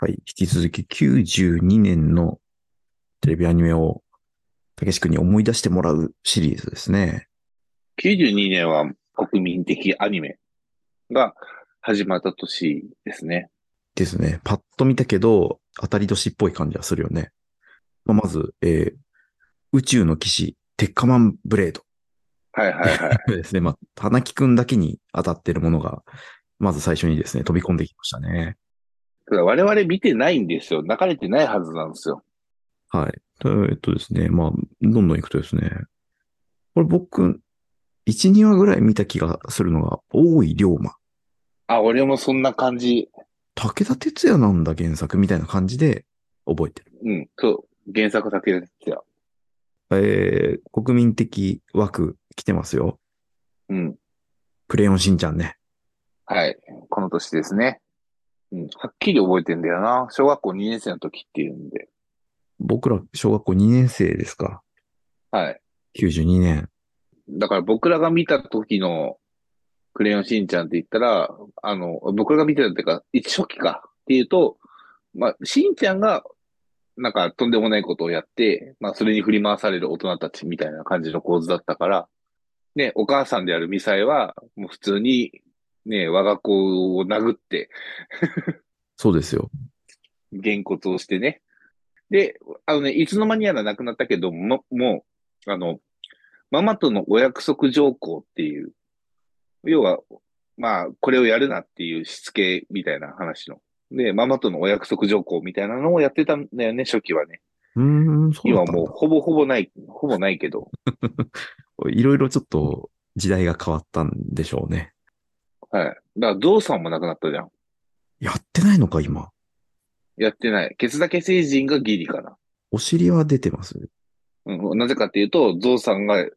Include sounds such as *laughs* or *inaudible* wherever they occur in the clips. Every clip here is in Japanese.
はい。引き続き92年のテレビアニメを、たけし君に思い出してもらうシリーズですね。 92年は国民的アニメが始まった年ですね。ですね。パッと見たけど、当たり年っぽい感じはするよね。まあ、まず、えー宇宙の騎士、鉄火マンブレード。はいはいはい。 *laughs* ですね。まあ、花木くんだけに当たってるものが、まず最初にですね、飛び込んできましたね。ただ我々見てないんですよ。流れてないはずなんですよ。はい。えーっとですね、まあ、どんどん行くとですね、これ僕、1、2話ぐらい見た気がするのが、大井龍馬。あ、俺もそんな感じ。武田鉄矢なんだ原作みたいな感じで覚えてる。うん、そう。原作だけですよ。えー、国民的枠来てますよ。うん。クレヨンしんちゃんね。はい。この年ですね。うん。はっきり覚えてんだよな。小学校2年生の時っていうんで。僕ら小学校2年生ですか。はい。 92年。だから僕らが見た時のクレヨンしんちゃんって言ったら、あの、僕らが見てたっていうか、一初期かっていうと、まあ、しんちゃんが、なんかとんでもないことをやって、まあ、それに振り回される大人たちみたいな感じの構図だったから、ね、お母さんであるミサイは、もう普通に、ね、我が子を殴って、そうですよ。げんこつをしてね。で、あのね、いつの間にやら亡くなったけども、もう、あの、ママとのお約束条項っていう、要は、まあ、これをやるなっていうしつけみたいな話の。で、ママとのお約束条項みたいなのをやってたんだよね、初期はね。うーん、そうだ今ったんもうほぼほぼない、ほぼないけど。だ。いろいろちょっと時代が変わったんでしょうね。はい。だから、ゾウさんも亡くなったじゃん。やってないのか、今。やってない。ケツだけ成人がギリかな。お尻は出てます。うん、なぜかっていうと、ゾウさんが *laughs*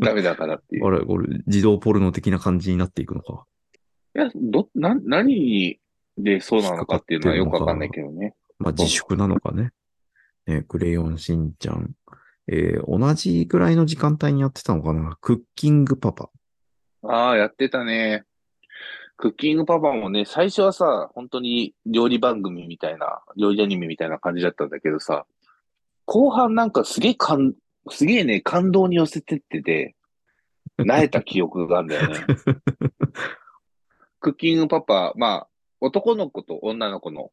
ダメだからっていうあ。れ、これ、児童ポルノ的な感じになっていくのか。いや、ど、な、何でそうなのかっていうのはよくわかんないけどね。まあ、自粛なのかね。ねクレヨンしんちゃん。えー同じぐらいの時間帯にやってたのかな。クッキングパパ。ああ、やってたね。クッキングパパもね、最初はさ、本当に料理番組みたいな、料理アニメみたいな感じだったんだけどさ、後半なんかすげえ感、すげえね、感動に寄せてってて、萎えた記憶があるんだよね。クッキングパパ、まあ、男の子と女の子の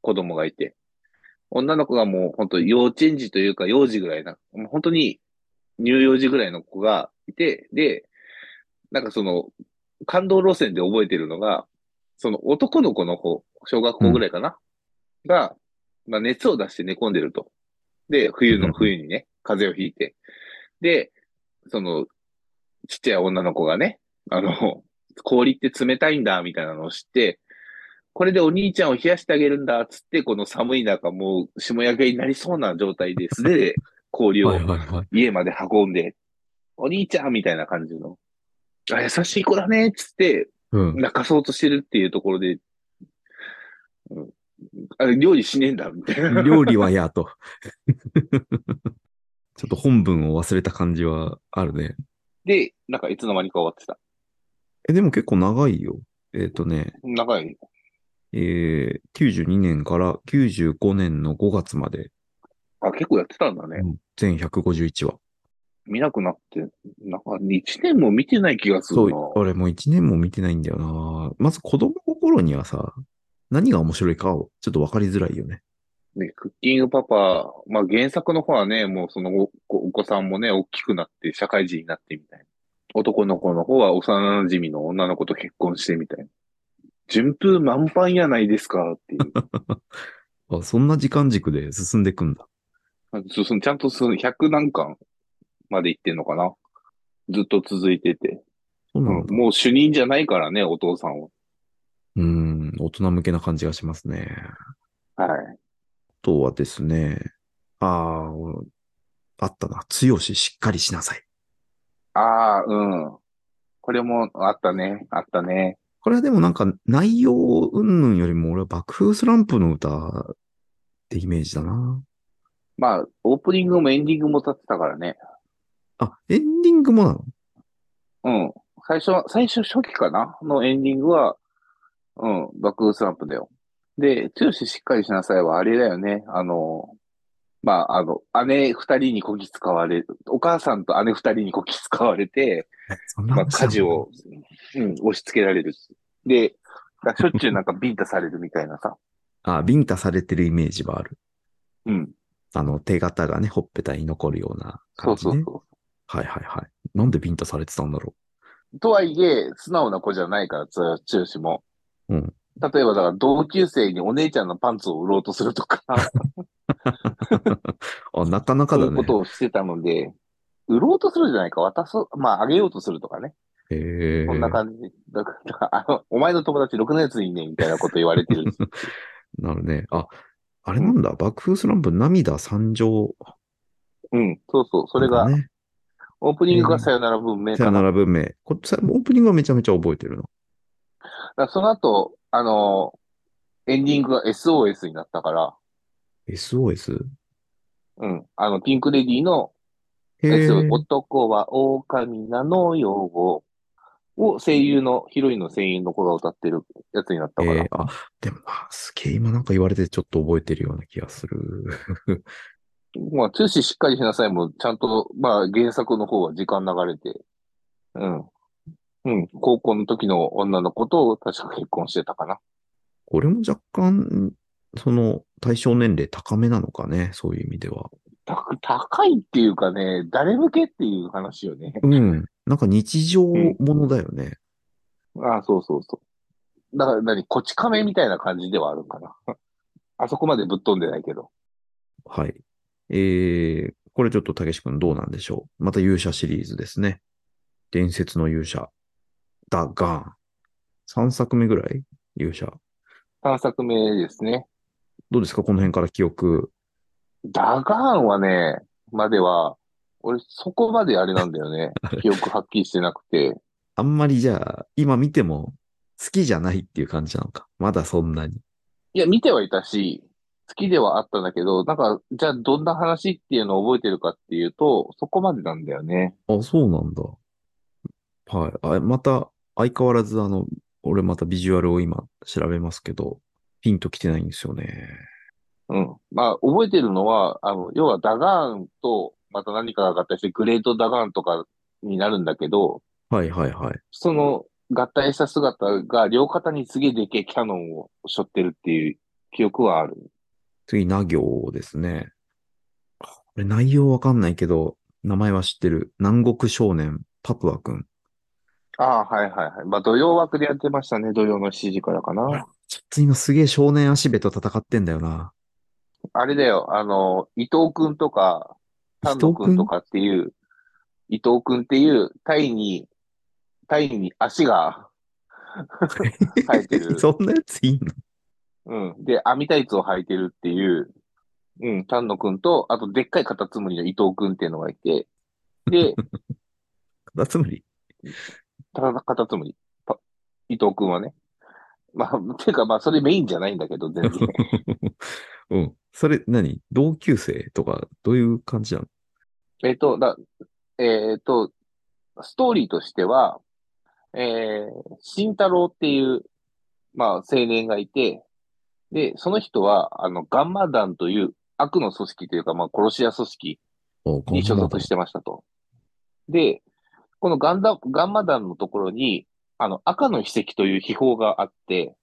子供がいて、女の子がもう本当幼稚園児というか幼児ぐらいな、もう本当に乳幼児ぐらいの子がいて、で、なんかその、感動路線で覚えてるのが、その男の子の方、小学校ぐらいかな、が、まあ熱を出して寝込んでると。で、冬うんの冬にね、風邪をひいて。で、その、ちっちゃい女の子がね、あの、氷って冷たいんだ、みたいなのを知って、これでお兄ちゃんを冷やしてあげるんだ、つって、この寒い中、もう、霜焼けになりそうな状態で、素手で氷をはいはい。家まで運んで、お兄ちゃんみたいな感じの、あ、優しい子だねっつって、うん。泣かそうとしてるっていうところで、うん、あれ、料理しねえんだ、みたいな。料理はやーと。 *laughs* ちょっと本文を忘れた感じはあるね。で、なんかいつの間にか終わってた。え、でも結構長いよ。えっ、とね、長い。えー、92年から95年の5月まで、あ、結構やってたんだね。全151話。見なくなって、なんか1年も見てない気がすそるうな。、俺もう1年も見てないんだよな。まず子供心にはさ、何が面白いかをちょっと分かりづらいよね。ね、クッキングパパ、まあ原作の方はね、もうそのおおお子さんもね、大きくなって、社会人になってみたいな。男の子の方は幼馴染の女の子と結婚してみたいな。順風満帆やないですかっ *laughs* ていう。あ、そんな時間軸で進んでいくんだ。まあそのちゃんとその100何巻までいってんのかなずっと続いてて。そううなんんだ。もう主任じゃないからね、お父さんは。うん、大人向けな感じがしますね。はい。あとはですね、ああ、あったな。強し、しっかりしなさい。ああ、うん。これもあったね、あったね。これはでもなんか内容云々よりも俺は爆風スランプの歌ってイメージだな。まあ、オープニングもエンディングも立ってたからね。あ、エンディングもなのうん。最初は、最初初期かなのエンディングは、うん、爆風スランプだよ。で、剛しっかりしなさいはあれだよね。あの、まあ、あの、姉二人にこき使われ、お母さんと姉二人にこき使われて、そんなまあ、話家事を、うん、押し付けられる。で、だからしょっちゅうなんかビンタされるみたいなさ。あ、ビンタされてるイメージはある。うん。あの、手形がね、ほっぺたに残るようなそ感うじそね。うそはいはいはい。なんでビンタされてたんだろう。とはいえ、素直な子じゃないから、つ剛しも。うん例えば、だから同級生にお姉ちゃんのパンツを売ろうとするとか、う。あ、なかなかそうだいうね。ことをしてたので、売ろうとするじゃないか、渡そう、まあ、あげようとするとかね。へえこんな感じ。だから、 *laughs* あの、お前の友達ろくなやついいね、みたいなこと言われ *laughs* てる。なるね。あ、あれなんだ。爆風スランプ涙三乗。うん、そうそう。それが、ね。オープニングがさよなら文明さかよな。なら文明。こっちさオープニングはめちゃめちゃ覚えてるの。だからその後、あの、エンディングが SOS になったから、 SOS? うん、あの、ピンクレディーのへえ SOS、男は狼なのよを、を声優の、ヒロインの声優の子が歌ってるやつになったから。えーあ、でも、あ、すげえ、今なんか言われてちょっと覚えてるような気がする。 *laughs* まあ、通信しっかりしなさいも、ちゃんと、まあ、原作の方は時間流れて、うん。うん。高校の時の女の子と、確か結婚してたかな。これも若干、その、対象年齢高めなのかね、そういう意味では。た、高いっていうかね、誰向けっていう話よね。 *laughs* うん。なんか日常ものだよね。ああ、そうそうそう。だから、何、こち亀みたいな感じではあるかな。 *laughs* あそこまでぶっ飛んでないけど。はい。えー、これちょっとたけし君どうなんでしょう。また勇者シリーズですね。伝説の勇者。ダガーン。3作目ぐらい勇者。 3作目ですね。どうですかこの辺から記憶。。ダガーンはね、までは、俺、そこまであれなんだよね記憶はっきりしてなくて。あんまりじゃあ、今見ても好きじゃないっていう感じなのか。まだそんなに。いや、見てはいたし、好きではあったんだけど、なんか、じゃあどんな話っていうのを覚えてるかっていうと、そこまでなんだよね。あ、そうなんだ。はい。あ、また、相変わらず、あの、俺またビジュアルを今調べますけど、ピンと来てないんですよね。うん。まあ、覚えてるのは、あの、要はダガーンと、また何かが合体して、グレートダガーンとかになるんだけど、はいはいはい。その合体した姿が両肩にすげえでけえキャノンを背負ってるっていう記憶はある。次、な行ですね。これ内容わかんないけど、名前は知ってる。南国少年、パプア君。ああ、はいはいはい。まあ、土曜枠でやってましたね。土曜の7時からかあらな。ちょっと今すげえ少年足部と戦ってんだよな。あれだよ、あの、伊藤くんとか、伊丹藤野くん。くんとかっていう、伊藤くんっていう、タイに、タイに足が生えて *laughs* るそんなやついんのうん。で、網タイツを履いてるっていう、うん、丹野くんと、あと、でっかいカタツムリの伊藤くんっていうのがいて、で、カタツ *laughs* ムリただカタツムリ、パ伊藤くんはね。まあ、ていうか、まあ、それメインじゃないんだけど、全然。うん。それ何、同級生とか、どういう感じなのえっと、だ、えっと、ストーリーとしては、えー、慎太郎っていう、まあ、青年がいて、で、その人は、あの、ガンマ団という悪の組織というか、まあ、殺し屋組織おこんに所な属してましたと。で、このガンダ、ガンマ団のところに、あの、赤の秘跡という秘宝があって、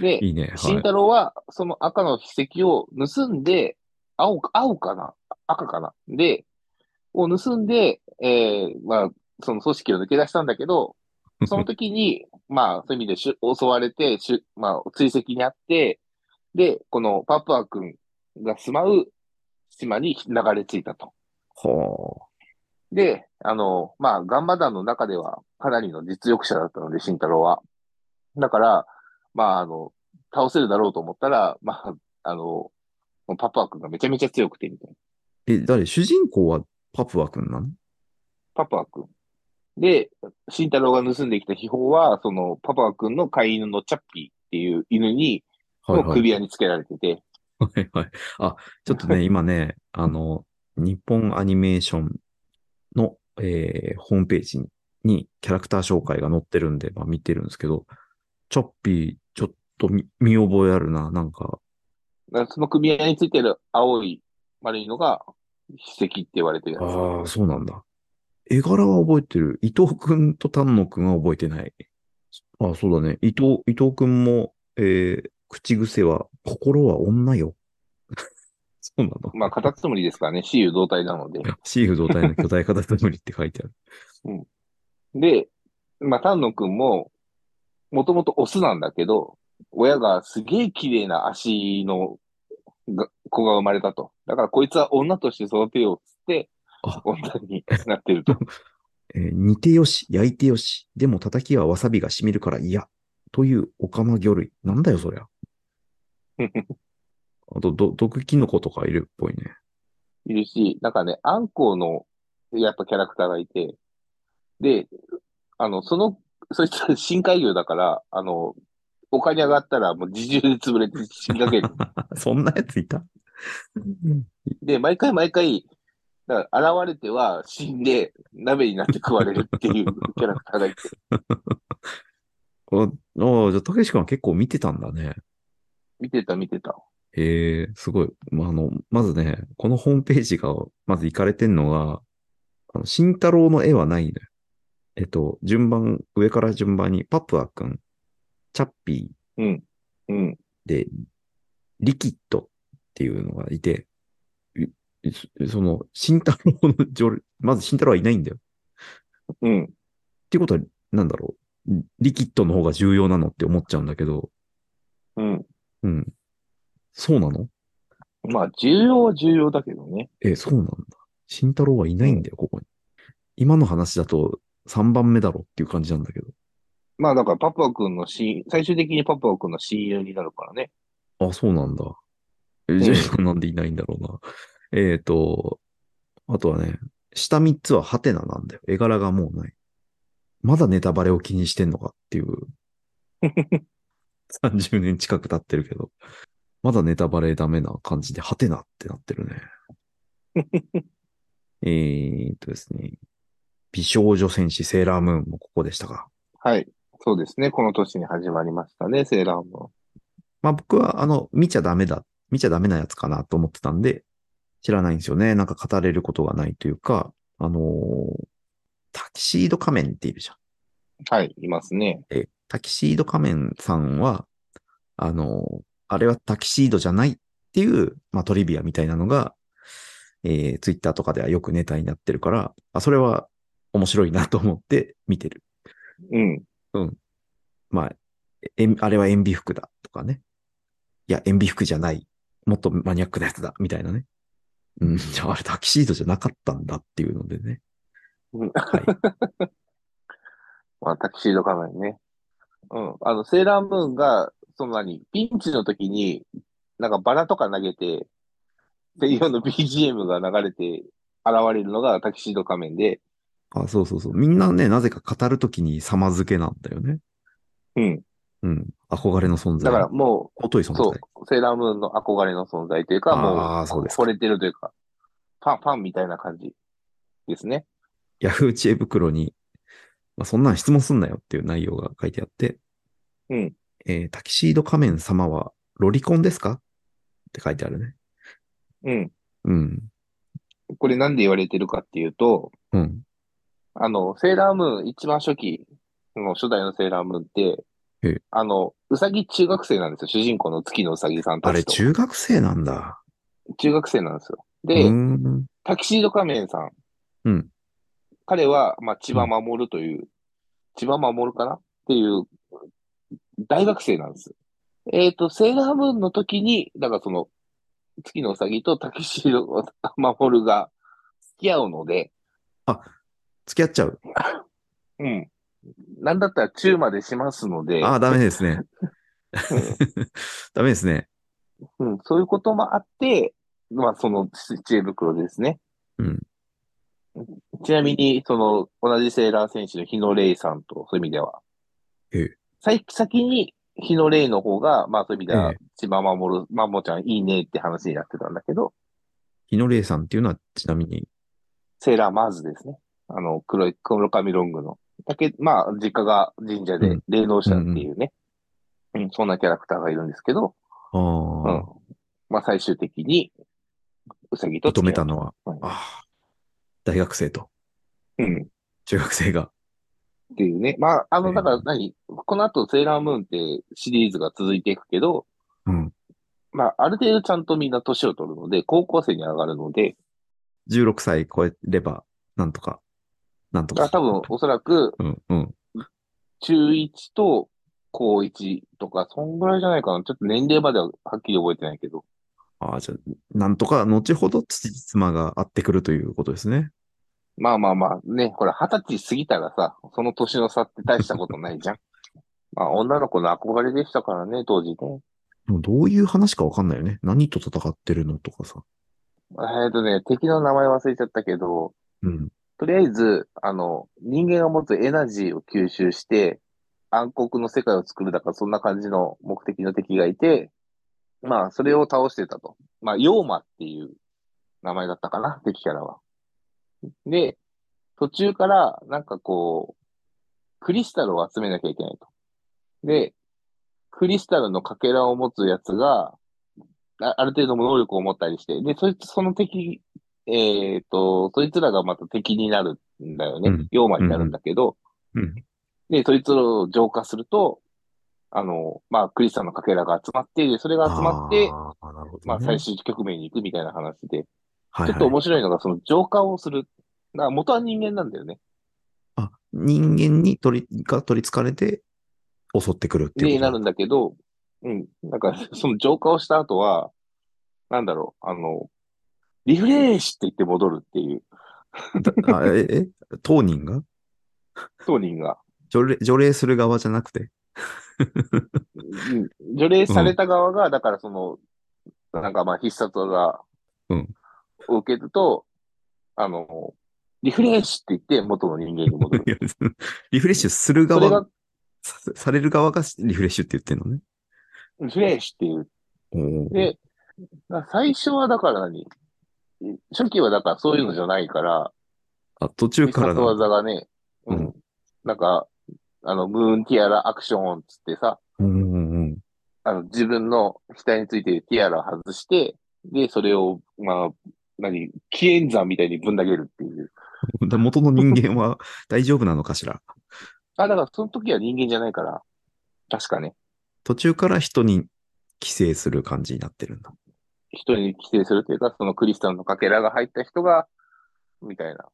で、 *laughs* いいね。慎はい。太郎は、その赤の筆跡を盗んで、青か、青かな赤かなで、を盗んで、えー、まあ、その組織を抜け出したんだ *laughs* けど、その時に、まあ、そういう意味でしゅ襲われて、しゅまあ、追跡にあって、で、このパプア君が住まう島に流れ着いたと。はで、あの、まあ、ガンマ団の中ではかなりの実力者だったので、慎太郎は。だから、まあ、あの、倒せるだろうと思ったら、まあ、あの、パプア君がめちゃめちゃ強くて、みたいな。あ。え、誰主人公はパプア君なのパプア君。で、慎太郎が盗んできた秘宝は、その、パプア君の飼い犬のチャッピーっていう犬に、はいのはい。首輪につけられてて、はいはい。あ、ちょっとね、今ね、あの、日本アニメーションの、えーホームページにキャラクター紹介が載ってるんで、まあ、見てるんですけど、チョッピー、ちょっと見見覚えあるな、なんか。だからその組合についてる青い丸いのが筆跡って言われてるやつ。ああ、そうなんだ。絵柄は覚えてる。伊藤くんと丹野くんは覚えてない。ああ、そうだね。伊藤、伊藤くんも、えー口癖は、心は女 *laughs* よ。そうなの。まあ、カタツムリですからね、雌雄同体なので。 *laughs* シーフ同体の巨大化だと無理って書いてある。で、まあ、丹野くんも、もともとオスなんだけど、親がすげえ綺麗な足のが子が生まれたと。だからこいつは女として育てようっつってあ、女になってると。えー煮てよし、焼いてよし、でも叩きはわさびが染みるから嫌。というオカマ魚類。なんだよ、そりゃ。あと、ど毒キノコとかいるっぽいね。 *laughs* いるし、なんかね、アンコウの、やっぱキャラクターがいて、で、あの、その、そいつは深海魚だから、あの、丘に上がったらもう自重で潰れて死にかける。そんなやついたで、毎回毎回、だから現れては死んで、鍋になって食われるって *laughs* いうキャラクターがいて、ああー、じゃあ、たけし君は結構見てたんだね。見てた見てた。へえ、すごい。まあ、あの、まずね、このホームページが、まず行かれてんのが、あの、慎太郎の絵はないのよ。えっと、順番、上から順番に、パプア君、チャッピうん。うん。ーで、リキッドっていうのがいて、いいその、慎太郎の序列、まず慎太郎はいないんだよ。うん。っていうことは、なんだろう。リキッドの方が重要なのって思っちゃうんだけど、うん。うん。そうなのまあ、重要は重要だけどね。え、そうなんだ。慎太郎はいないんだよ、ここに。今の話だと3番目だろっていう感じなんだけまあ、だからパプア君の親、最終的にパプア君の親友になるからね。ど。あ、そうなんだ。え、んじゃあなんでいないんだろうな。えっと、あとはね、下3つはハテナなんだよ。絵柄がもうない。まだネタバレを気にしてんのかっていう。30年近く経ってるけど、まだネタバレダメな感じで、ハテナってなってるね。えーっとですね。美少女戦士セーラームーンもここでしたか。はい。そうですね。この年に始まりましたね、セーラームまあ僕は、あの、見ちゃダメだ、見ちゃダメなやつかなと思ってたんで、知らないんですよね。なんか語れることがないというか、あのータキシード仮面っているじゃん。ーン。はい、いますね。え、タキシード仮面さんは、あの、あれはタキシードじゃないっていう、まあ、トリビアみたいなのが、えー、ツイッターとかではよくネタになってるから、あ、それは面白いなと思って見てる。うん。まあ、えあれは塩ビ服だとかね。いや、塩ビ服じゃない。もっとマニアックなやつだ、みたいなね。うん、じゃああれタキシードじゃなかったんだっていうのでね。うんはい。まあ、タキシード仮面ね。うん。あの、セーラームーンが、その何、ピンチの時に、なんかバラとか投げて、っていうの BGM が流れて現れるのがタキシード仮面で、あ、そうそうそう。みんなね、なぜか語るときに様付けなんだよね。うん。うん。憧れの存在。だからも尊い存在。う、そう、セーラームーンの憧れの存在というか、もああ、そうう、です。惚れてるというか、ファン、ファンみたいな感じですね。ヤフー知恵袋に、まあ、そんなん質問すんなよっていう内容が書いてあって、うん。えータキシード仮面様はロリコンですかって書いてあるね。うん。うん。これなんで言われてるかっていうと、うん。あの、セーラームーン、一番初期の初代のセーラームーンってええ、あの、うさぎ中学生なんですよ。主人公の月のうさぎさんたあれ、ちと。中学生なんだ。中学生なんですよ。うで、ーん。タキシード仮面さん。うん彼は、まあ、千葉守という、千葉守かなっていう、大学生なんです。えっ、と、セーラームーンの時に、だからその、月のうさぎとタキシード守が付き合うので、付き合っちゃう。うん。なんだったら中までしますので、ああ、ダメです *laughs* ね。 *laughs* ダメですね。うん、そういうこともあって、まあ、その知恵袋ですね。うんちなみに、その、同じセーラー戦士の日野レイさんと、そういう意味では。ええ最先に、日野レイの方が、まあ、そういう意味ではええ、千葉守る、まもちゃんいいねって話になってたんだけど、日野玲さんっていうのは、ちなみに、セーラーマーズですね。あの、黒い、黒髪ロングの。だけ、まあ、実家が神社うでん霊能者っていうね。うん、そんなキャラクターがいるんですけど、あうあん、。まあ最終的に、うさぎと認めたの。のは、うんああ、大学生とうん。っ中学生が。ていうね。まあ、あうの、んだから何この後、セーラームーンってシリーズが続いていくけど、うん。まあ、ある程度ちゃんとみんな年を取るので、高校生に上がるので、 16歳超えれば、なんとか、なんとあか。多分、おそらく、うん、うん。中1と高1とか、そんぐらいじゃないかな。ちょっと年齢までははっきり覚えてないけど。ああ、じゃあ、なんとか、後ほど、父妻が会ってくるということですね。まあまあまあ、ね、ほら、二十歳過ぎたらさ、その年の差って大したことないじゃん。 *laughs* まあ、女の子の憧れでしたからね、当時ね。でもどういう話かわかんないよね。何と戦ってるのとかさ。えっとね、敵の名前忘れちゃったけど、うん。とりあえず、あの、人間が持つエナジーを吸収して、暗黒の世界を作るだから、そんな感じの目的の敵がいて、まあ、それを倒してたと。まあ、ヨーマっていう名前だったかな、敵キャラは。で、途中から、なんかこう、クリスタルを集めなきゃいけないと。で、クリスタルのかけらを持つやつが、あある程度の能力を持ったりして、で、そいつ、その敵、えっと、そいつらがまた敵になるんだよね。うんヨーマになるんだけど、うん。で、そいつらを浄化すると、あの、まあ、クリスタルのかけらが集まって、でそれが集まって、ああ、なるほど、ね。まあ、最終局面に行くみたいな話で、はいはちょいっと面白いのが、その浄化をする。だから元は人間なんだよね。あ、人間に取り、が取り憑かれて襲ってくるっていうで、こにとなるんだけど、うん。なんか、 *laughs* その浄化をした後は、なんだろう、あの、リフレッシュって言って戻るっていう、だあえ、え、当人が当人が、除霊除霊する側じゃなく *laughs* て。うん除霊された側が、だからその、なんかまあ必殺技うんを受けると、あの、リフレッシュって言って元の人間 *laughs* に戻いる。やリフレッシュするそれ側、がさされる側がリフレッシュって言ってんのね。リフレッシュっていうおーで、な最初はだから何初期はだからそういうのじゃないから、あ途中必から殺なんだ技がね、うん。うんなんか、あの、ムーンティアラアクションっつってさ、うんうんうん。 *laughs* あの、自分の額についてるティアラを外して、で、それを、まあ、何、紀元山みたいにぶん投げるっていう。だ元の人間は大丈夫なのかしらあ、だからその時は人間じゃないから、確かね、途中から人に寄生する感じになってるんだ。人に寄生するというか、そのクリスタルのかけらが入った人が、みたいな。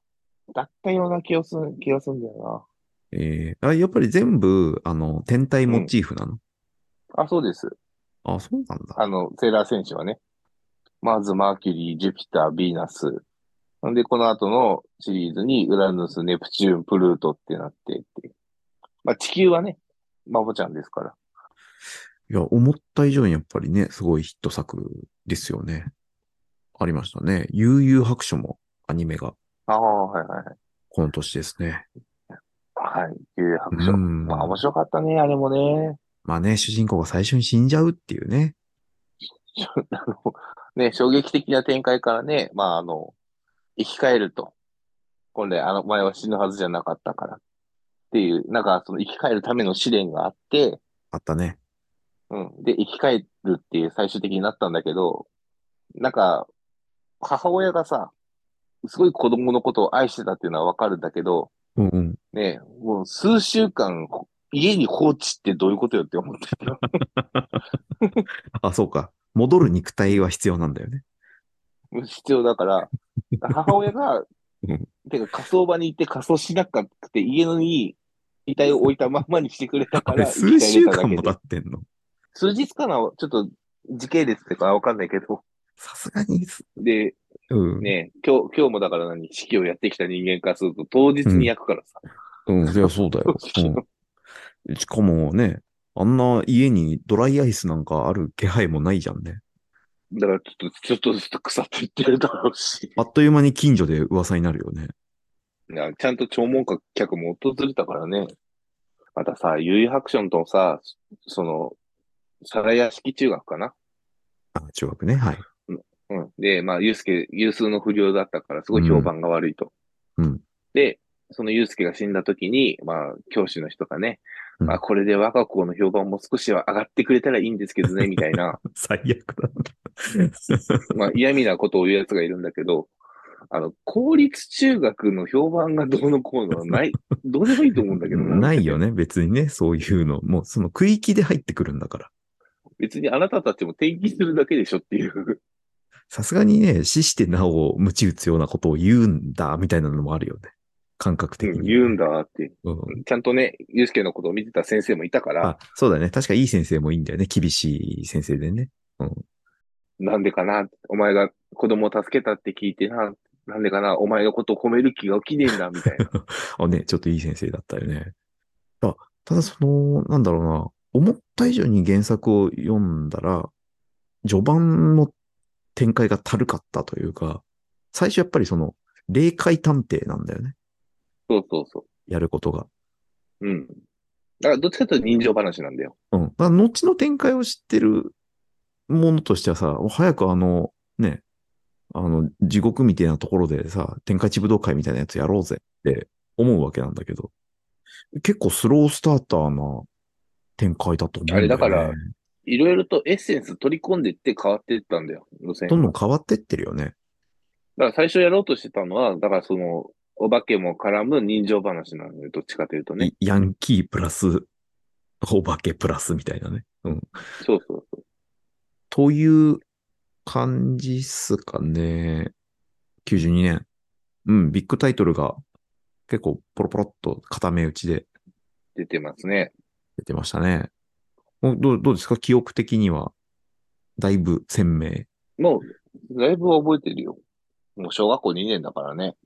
だったような気がする、気がするんだよえー、あやっぱり全部、あの、天体モチーフなの、な。あ、そうです。あ、そうなんだ。あの、セーラー戦士はね。まず、マーキュリー、ジュピター、ヴィーナス。なんで、この後のシリーズに、ウラヌス、ネプチューン、プルートってなってって。まあ、地球はね、マボちゃんですから。いや、思った以上にやっぱりね、すごいヒット作ですよね。ありましたね。悠々白書もアニメがああ、はいはいこの年ですね。はい。はい、旧白う書。んまあ、面白かったね、あれもね。まあね、主人公が最初に死んじゃうっていうね。あの、ね、衝撃的な展開からね、まあ、あの、生き返ると。本来、あの、前は死ぬはずじゃなかったから。っていう、なんか、その生き返るための試練があって、あったね。うん。で、生き返るっていう最終的になったんだけど、なんか、母親がさ、すごい子供のことを愛してたっていうのはわかるんだけど、うんうん。ね、もう数週間、家に放置ってどういうことよって思ってた。あ、そうか。戻る肉体は必要なんだよね。 *laughs* 必要だから、母親がうん、てか火葬場に行って火葬しなかくて、家のに遺体を置いたまんまにしてくれたあかれ、ら、数週間生き返れも経ただけで。ってんの。数日かな、ちょっと時系列ってかわかんないけど、さすがにす、で、うん。ね今日、今日もだから何、式をやってきた人間からすると、当日に焼くからさ。うん、いや、 *laughs* そうだよ。うん、しかもね、あんな家にドライアイスなんかある気配もないじゃんね。だからちょっと、ちょっとずつ腐っていってるだろうし。 *laughs* あっという間に近所で噂になるよね。いやちゃんと弔問客も訪れたからね。またさ、優位ハクションとさ、その、皿屋敷中学かな。あ中学ね、はい。うん。で、まあ、ゆうすけ、有数の不良だったから、すごい評判が悪いと。うんうんで、そのゆうすけが死んだ時に、まあ、教師の人がね、うんまあ、これで我が子の評判も少しは上がってくれたらいいんですけどね、みたいな、最悪だまあ、嫌味なことを言うやつがいるんだけど、あの、公立中学の評判がどうのこうのは *laughs* ない、どうでもいいと思うんだけどな。ないよね、別にね、そういうの。もうその区域で入ってくるんだから。別にあなたたちも転勤するだけでしょっていう。さすがにね、死してなお鞭打つようなことを言うんだ、みたいなのもあるよね。感覚的に。言うんだって。うんちゃんとね、ゆうすけのことを見てた先生もいたから、あ、そうだね。確かいい先生もいいんだよね。厳しい先生でね。なんでかなお前が子供を助けたって聞いてな、なんでかなお前のことを褒める気が起きねえんだ、*laughs* みたいな。あ、ね、ちょっといい先生だったよね。あただその、なんだろうな、思った以上に原作を読んだら、序盤の展開がたるかったというか、最初やっぱりその、霊界探偵なんだよね。そうそうそやることが。う。うん。だからどっちかというと人情話なんだよ。うん。だから後の展開を知ってるものとしてはさ、早くあの、ね、あの、地獄みたいなところでさ、天下一武道会みたいなやつやろうぜって思うわけなんだけど、結構スロースターターな展開だと思うんだよ、ね。あれだから、いろいろとエッセンス取り込んでって変わっていったんだよ、路線がどんどん変わってってるよね。だから最初やろうとしてたのは、だからその、お化けも絡む人情話なのよ、どっちかというとね。ヤンキープラス、お化けプラスみたいなね。うん。そうそうそう。という感じっすかね。92年。うん、ビッグタイトルが結構ポロポロっと固め打ちで出てますね。出てましたね。おどうどうですか記憶的には。だいぶ鮮明。 *laughs* もう、だいぶ覚えてるよ。もう小学校2年だからね。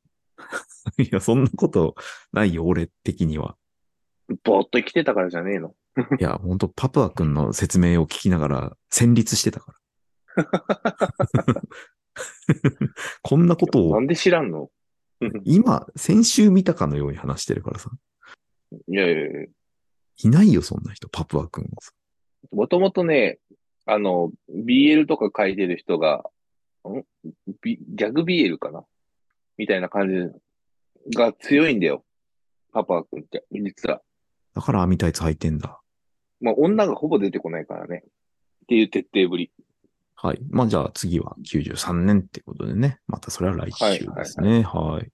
いや、そんなことないよ、俺的には。ぼーっと生きてたからじゃねえの。いや、ほんと、パプア君の説明を聞きながら、戦慄してたから。 *laughs* *laughs* こんなことなを、んで知らんの今、先週見たかのように話してるからさ。いやいやいや。いないよ、そんな人、パプア君はさ。もともとね、あの、BL とか書いてる人が、ん、B、ギャグ BL かなみたいな感じが強いんだよ。パパ君って、実は。だから網タイツ履いてんだ。まあ、女がほぼ出てこないからね。っていう徹底ぶり。はい。まあ、じゃあ次は93年ってことでね。またそれは来週ですね。はい